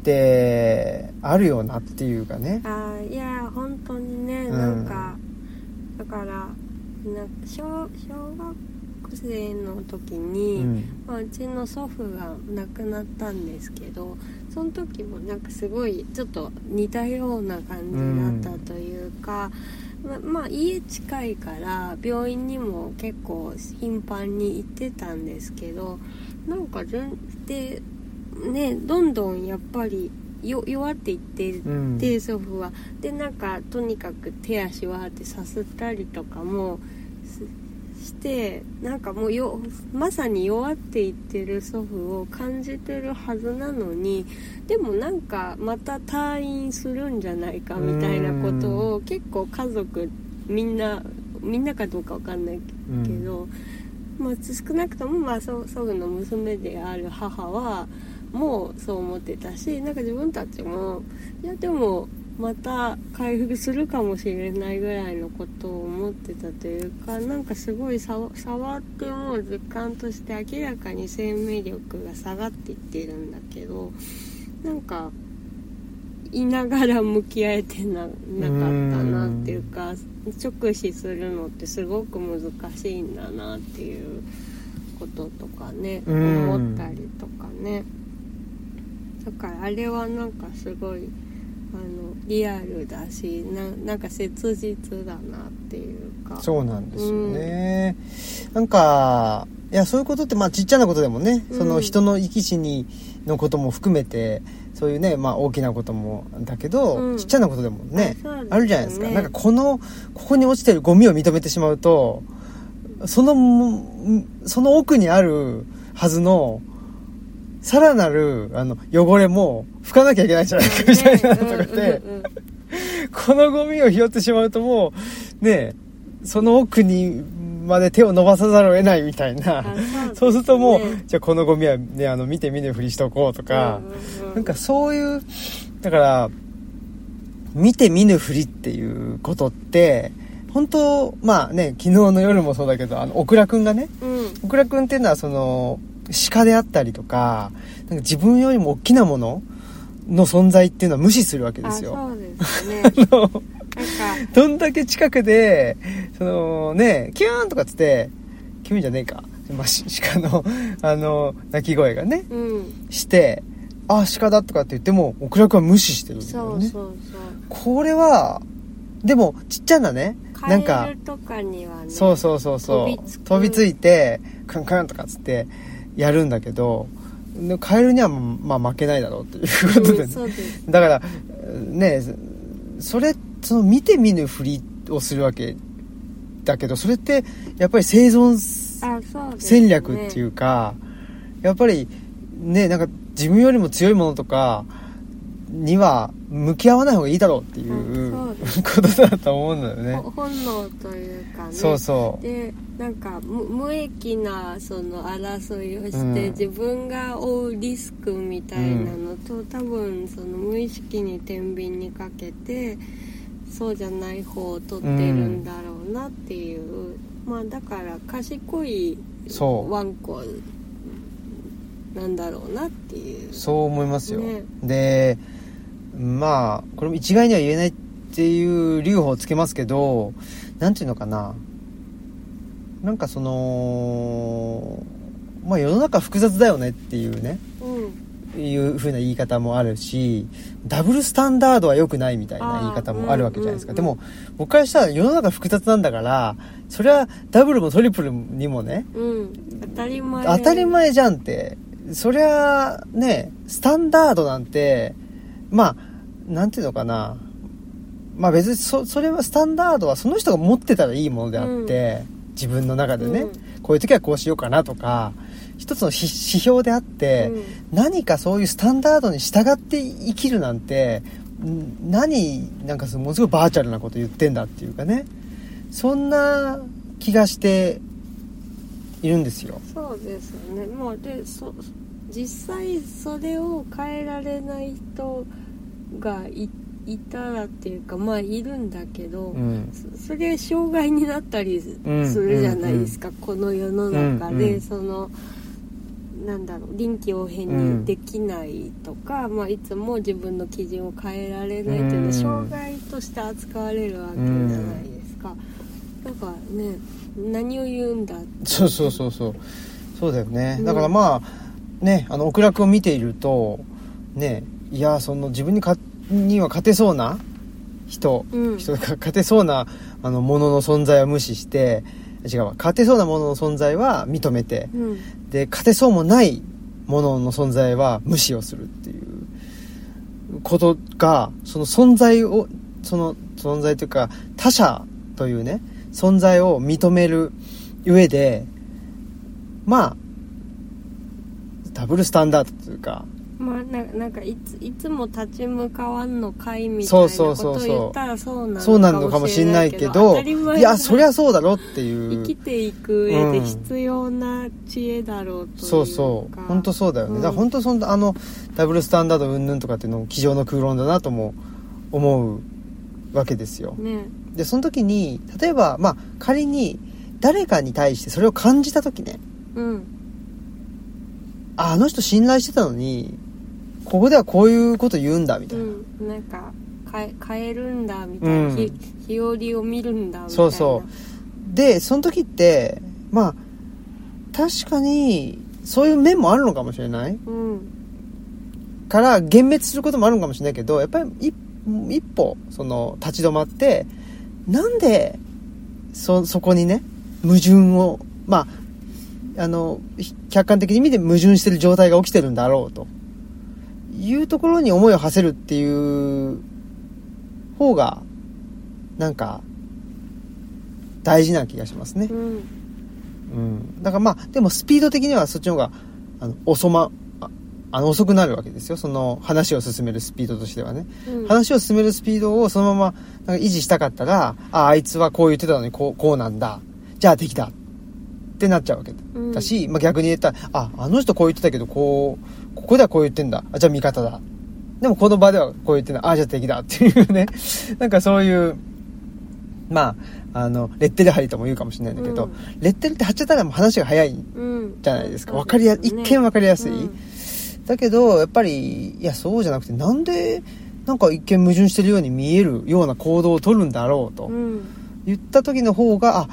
てあるよなっていうかねあーいや本当にねうんなんか、だからなんか小小学生の時うに、んまあ、うちの祖父が亡くなったんですけどその時もなんかすごいちょっと似たような感じだったというか、ままあ家近いから病院にも結構頻繁に行ってたんですけどなんか全でねどんどんやっぱりよ弱っていってうんで祖父はでなんかとにかく手足はってさすったりとかもししてなんかもうよまさに弱っていってる祖父を感じてるはずなのにでもなんかまた退院するんじゃないかみたいなことを結構家族みんなみんなかどうかわかんないけど、まあ、少なくとも、まあ、祖祖父の娘である母はもうそう思ってたしなんか自分たちもいやでもまた回復するかもしれないぐらいのことを思ってたというかなんかすごいさ触っても実感として明らかに生命力が下がっていってるんだけどなんかいながら向き合えてななかったなっていうか直視するのってすごく難しいんだなっていうこととかねうん思ったりとかねだからあれはなんかすごいあのリアルだしななんか切実だなっていうかそうなんですよね、なんかいやそういうことってまあちっちゃなことでもね、うんその人の生き死にのことも含めてそういうね、まあ、大きなこともだけど、うんちっちゃなことでもねあそうですねあるじゃないですかなんかこのここに落ちてるゴミを認めてしまうとそのもその奥にあるはずのさらなるあの汚れも拭かなきゃいけないんじゃないかみたいなのとかって、うんうんうんこのゴミを拾ってしまうともう、ねえ、その奥にまで手を伸ばさざるを得ないみたいな。あそうするともう、ですねじゃあこのゴミはね、あの、見て見ぬふりしとこうとか、うんうんうんなんかそういう、だから、見て見ぬふりっていうことって、本当まあね、昨日の夜もそうだけど、あの、オクラくんがね、うん小倉君っていうのはその鹿であったりとかなんか自分よりも大きなものの存在っていうのは無視するわけであすよ。そうですねのなんかどんだけ近くでそのねキューンとかっつってキューンじゃねえか、まあ、し鹿のあの鳴き声がねうんしてあ鹿だとかって言っても小倉君は無視してるんだそようね。そうそうこれはでもちっちゃなねカなんかエルとかにはねそうそうそうそう飛びつく飛びついてクンクンとかっつってやるんだけどでカエルにはまあ負けないだろうということで、うんそうですだからねそれその見て見ぬふりをするわけだけどそれってやっぱり生存あそうですね戦略っていうかやっぱりねなんか自分よりも強いものとかには向き合わない方がいいだろうっていううんそうでことだと思うんだよねほ。本能というかねそうそう。でなんか無無益なその争いをして、うん自分が負うリスクみたいなのと、多分その無意識に天秤にかけてそうじゃない方を取ってるんだろうなっていう、まあだから賢いそうワンコなんだろうなっていうそう思いますよ、ねでまあこれも一概には言えないっていう留保をつけますけどなんていうのかななんかそのまあ世の中複雑だよねっていうねうんいう風な言い方もあるしダブルスタンダードは良くないみたいあなー言い方もあるわけじゃないですか、うんでうんうも僕からしたら世の中複雑なんだからそれはダブルもトリプルにもねうん当たり前当たり前じゃんってそりゃねスタンダードなんてまあなんていうのかなまあ別にそそれはスタンダードはその人が持ってたらいいものであって、自分の中でね、うんこういう時はこうしようかなとか一つの指指標であって、うん何かそういうスタンダードに従って生きるなんてん何なんかすものすごいバーチャルなこと言ってんだっていうかねそんな気がしているんですよ。そうですよねもうでそ実際それを変えられない人がいいたらっていうかまあいるんだけど、うんそそれ障害になったりすうんするじゃないですか、この世の中で、うんうんそのなんだろう臨機応変にできないとか、まあ、いつも自分の基準を変えられないというのうはん障害として扱われるわけじゃないですか、なんかね何を言うんだってそうそうそうそうそうだよね、うんだからまあねあの奥楽を見ているとねいやその自分にかには勝てそうな人、うん人が勝てそうなあの、ものの存在は無視して、違うわ、勝てそうなものの存在は認めて、うんで、勝てそうもないものの存在は無視をするっていうことが、その存在を、その存在というか、他者というね、存在を認める上で、まあ、ダブルスタンダードというか、まあ、ななんかいついつも立ち向かわんのかいみたいそなうこそうとそうをそう言ったらそうなのそうなのかもしれないけ当ど、たり前いや、そりゃゃそうだろってい生うき。ていく上でうん必要な知恵だろうというか、そうそう。本当そうだよね。うんだから本当そんな、あの、ダブルスタンダード云々とかっていうのも机上の空論だなとも思うわけですよ。ねで、その時に、例えば、まあ、仮に、誰かに対してそれを感じた時ね、うんあ、あの人信頼してたのに、ここではこういうこと言うんだ、みたういな。んなんか変え変えるんだみたいな、うんひ日和を見るんだみたいなそうそうでその時ってまあ確かにそういう面もあるのかもしれないうんから幻滅することもあるのかもしれないけどやっぱり一一歩その立ち止まってなんでそそこにね矛盾をまああのひ客観的に見て矛盾してる状態が起きてるんだろうというところに思いを馳せるっていう方がなんか大事な気がしますねう。んだからまあでもスピード的にはそっちの方があの遅まああの遅くなるわけですよその話を進めるスピードとしてはね、うん話を進めるスピードをそのままなんか維持したかったらああいつはこう言ってたのにこうこうなんだじゃあ敵だってなっちゃうわけだ,、うんし、まあ、逆に言ったらああの人こう言ってたけどこうここではこう言ってんだあじゃあ味方だでもこの場ではこう言ってないあじゃあ敵だっていうね なんかそういうまああのレッテル張りとも言うかもしれないんだけど、うんレッテルって貼っちゃったらもう話が早いうんじゃないですかそうわかりやですよね一見わかりやすいうんだけどやっぱりいやそうじゃなくてなんでなんか一見矛盾してるように見えるような行動を取るんだろうとうん言った時の方があ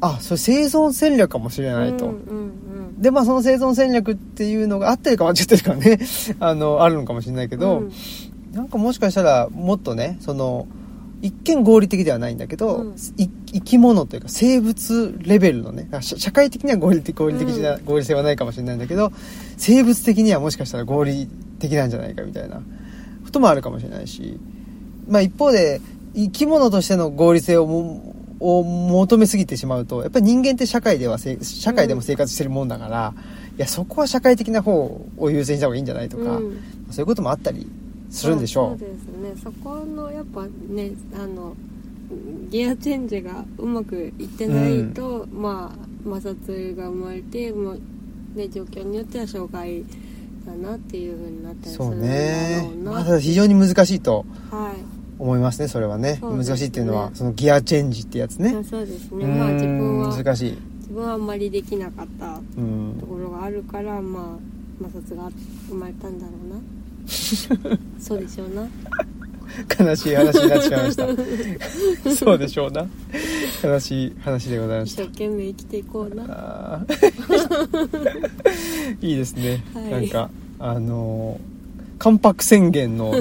あそれ生存戦略かもしれないと、うんうんでまあその生存戦略っていうのが合ってるか間違ってるかねあのあるのかもしれないけけど、なんかもしかしたらもっとねその一見合理的ではないんだけど、うんい生き物というか生物レベルのねあ社社会的には合理的合理的じゃ、う合理性はないかもしれないんだけど生物的にはもしかしたら合理的なんじゃないかみたいなこともあるかもしれないし、まあ、一方で生き物としての合理性をもを求めすぎてしまうとやっぱり人間って社会ではせ社会でも生活してるもんだから、いやそこは社会的な方を優先した方がいいんじゃないとか、うんそういうこともあったりするんでしょそうですねそこのやっぱねあのギアチェンジがうまくいってないと、まあ摩擦が生まれてもうね状況によっては障害だなっていう風になったりするそうんだねろう。なまだ非常に難しいとはい思いますね、それはね。そうですね難しいっていうのは、そのギアチェンジってやつね。そうですうねーまあ自分ん、は難しい。自分はあんまりできなかったうとん。ころがあるからまあ摩擦が生まれたんだろ うなそうでしょうな悲しい話になってしまいました。 そうでしょうな。悲しい話でございま一 した生。懸命生きていこうなあーいいですね。はいなんか、あのー、関白宣言 の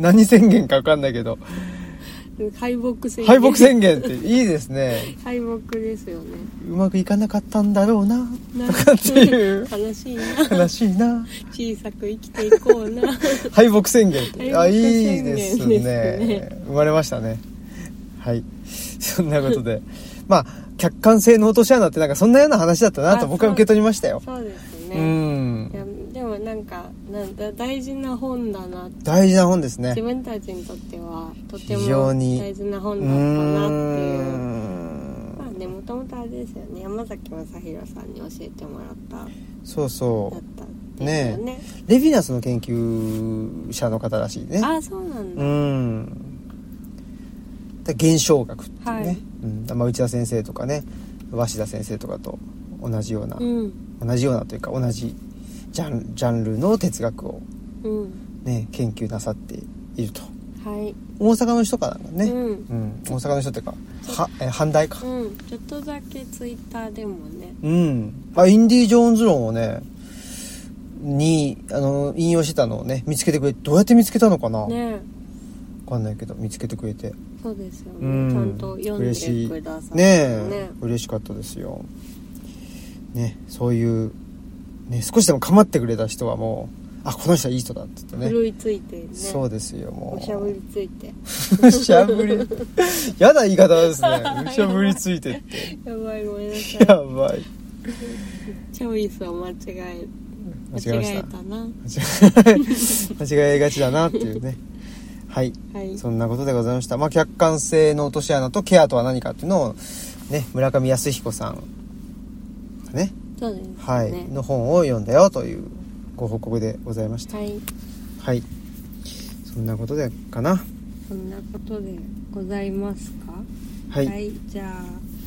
何宣言か分かんないけど敗北戦敗北宣言っていいですね敗北ですよねうまくいかなかったんだろうななとかっていう悲しいな悲しいな小さく生きていこう な敗北宣言ってあ敗北宣いい言ですでねすね生まれましたねはいそんなことで まあ客観性の落とし穴ってなんかそんなような話だったなとあ僕はそう受け取りましたよそうですうね、んいやでもなんかなんだ大事な本だな大事な本ですね自分たちにとってはとて非常もに大事な本うだったなっーていうんまあねもともとあれですよね山崎正弘さんに教えてもらっただっそうそたんですようねレヴィナスの研究者の方らしいねあそうなんだ、うんで現象学っていうね、はいうんまあ、内田先生とかね鷲田先生とかと同じような、うん同じようなというか同じジャンジャンルの哲学を、うんね、研究なさっているとはい、大阪の人かなんかね、うんうん大阪の人っていうかはえ阪大かうんちょっとだけツイッターでもねうんあインディ・ジョーンズ論をねにあの引用してたのをね見つけてくれてどうやって見つけたのかな、ね分かんないけど見つけてくれてそうですようね、んちゃんと読ん嬉しでいくださってねえね嬉しかったですよねそういう、ね、少しでも構ってくれた人はもうあこの人はいい人だって言ってね狂いついてねそうですよもうおしゃぶりついてうしゃぶ り嫌な言い方ですねうしゃぶりついてってやばいごめんなさいやばいチョイスを間違え間違えましたたな 間違えがちだなっていうねはいはいそんなことでございました、まあ、客観性の落とし穴とケアとは何かっていうのを、ね、村上康彦さんがねそうですねはい、の本を読んだよというご報告でございましたはいはいそんなことでかなそんなことでございますかはい、じゃあ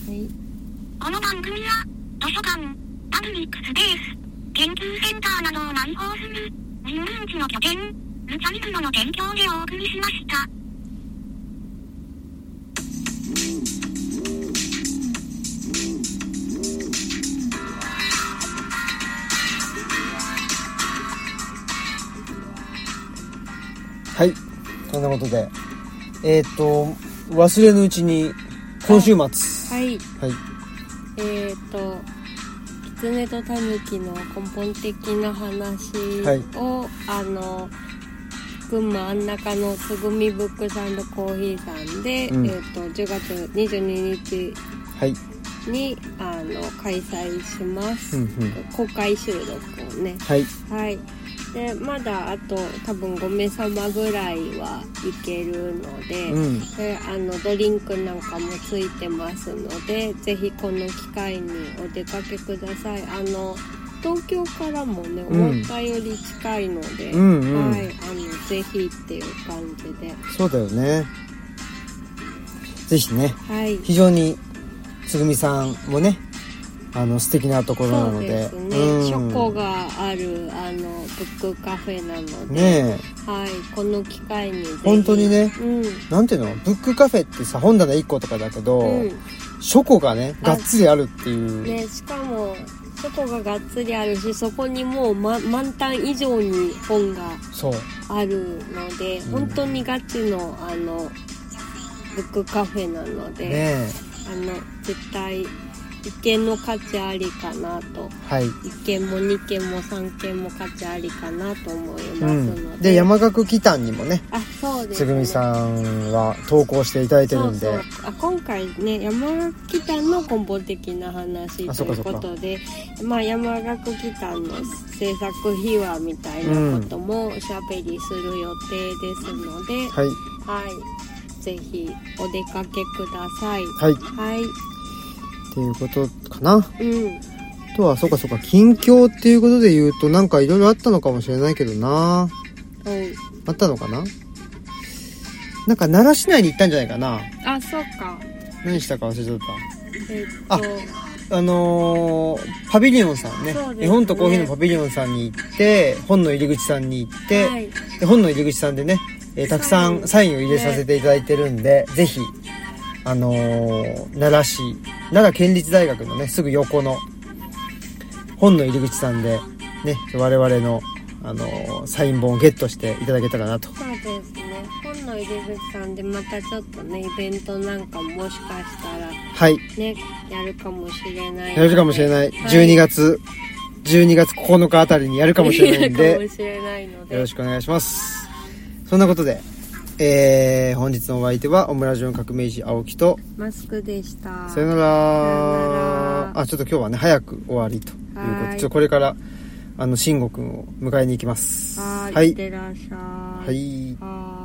はいこの番組は、図書館、パブリックスペース、研究センターなどを内包する、人文地の拠点、ルチャリブロの提供でお送りしました。はいそんなことでえっ、と忘れぬうちに今週末ははいい、えっ、ー、と「狐とタヌキ」の根本的な話はを、いあの群馬安中のつぐみブックサンドコーヒーさんで、うんえー、と10月22はい、日にあの開催します、うんうん公開収録をねはいはい。で、まだあと多分5名様ぐらいはいけるので、うんであのドリンクなんかもついてますので、ぜひこの機会にお出かけください。あの、東京からもね、うん思ったより近いので、うんうんはい、あの、ぜひっていう感じで、そうだよねぜひねはい。非常につぐみさんもねあの素敵なところなそのうでですね。書庫がある、あの、ブックカフェなので、ねえはい、この機会にぜひ。本当にねうん。なんていうのブックカフェってさ本棚1個とかだけど、うん書庫がねあがっつりあるっていう、ね、しかもそこががっつりあるしそこにもう、ま、満タン以上に本がそうあるので、ん本当にガチのあのブックカフェなので、ねあの絶対一見の価値ありかなとえはい、一見も二見も三見も価値ありかなと思いますうので、ん、で山岳祈祷にもねあそうです、つね、ぐみさんは投稿していただいてるんでそうそうあ今回ね山岳祈祷の根本的な話あとそっかいそうっかことでまあ、山岳祈祷の制作秘話みたいなこともおしゃべりする予定ですので、はいはいぜひお出かけくださいはいっはい、ていうことかなうんあとはそうかそうか近況っていうことで言うとなんかいろいろあったのかもしれないけどなはい、あったのかななんか奈良市内に行ったんじゃないかなあそうか何したか忘れちゃっえっとあたあのー、パビリオンさんねそうですね絵本とコーヒーのパビリオンさんに行って本の入り口さんに行って、はい、で本の入り口さんでね、えーたくさんサインを入れさせていただいてるんで、ぜひあのー奈良市奈良県立大学のねすぐ横の本の入り口さんでね我々のあのーサイン本をゲットしていただけたらなとそうですね本の入り口さんでまたちょっとねイベントなんかもしかしたらはいねやるかもしれないやるかもしれない。はい12月、12月9日あたりにやるかもしれないんかもで、しれないのでよろしくお願いします。そんなことで、えー、本日のお相手は、オムラジオン革命児青木と、マスクでしたさよなよら。ならあ、ちょっと今日はね、早く終わりということはーで、いちょっとこれから、あの、慎吾くんを迎えに行きます。はーい、はいいっ。てらっしゃいはい。はーい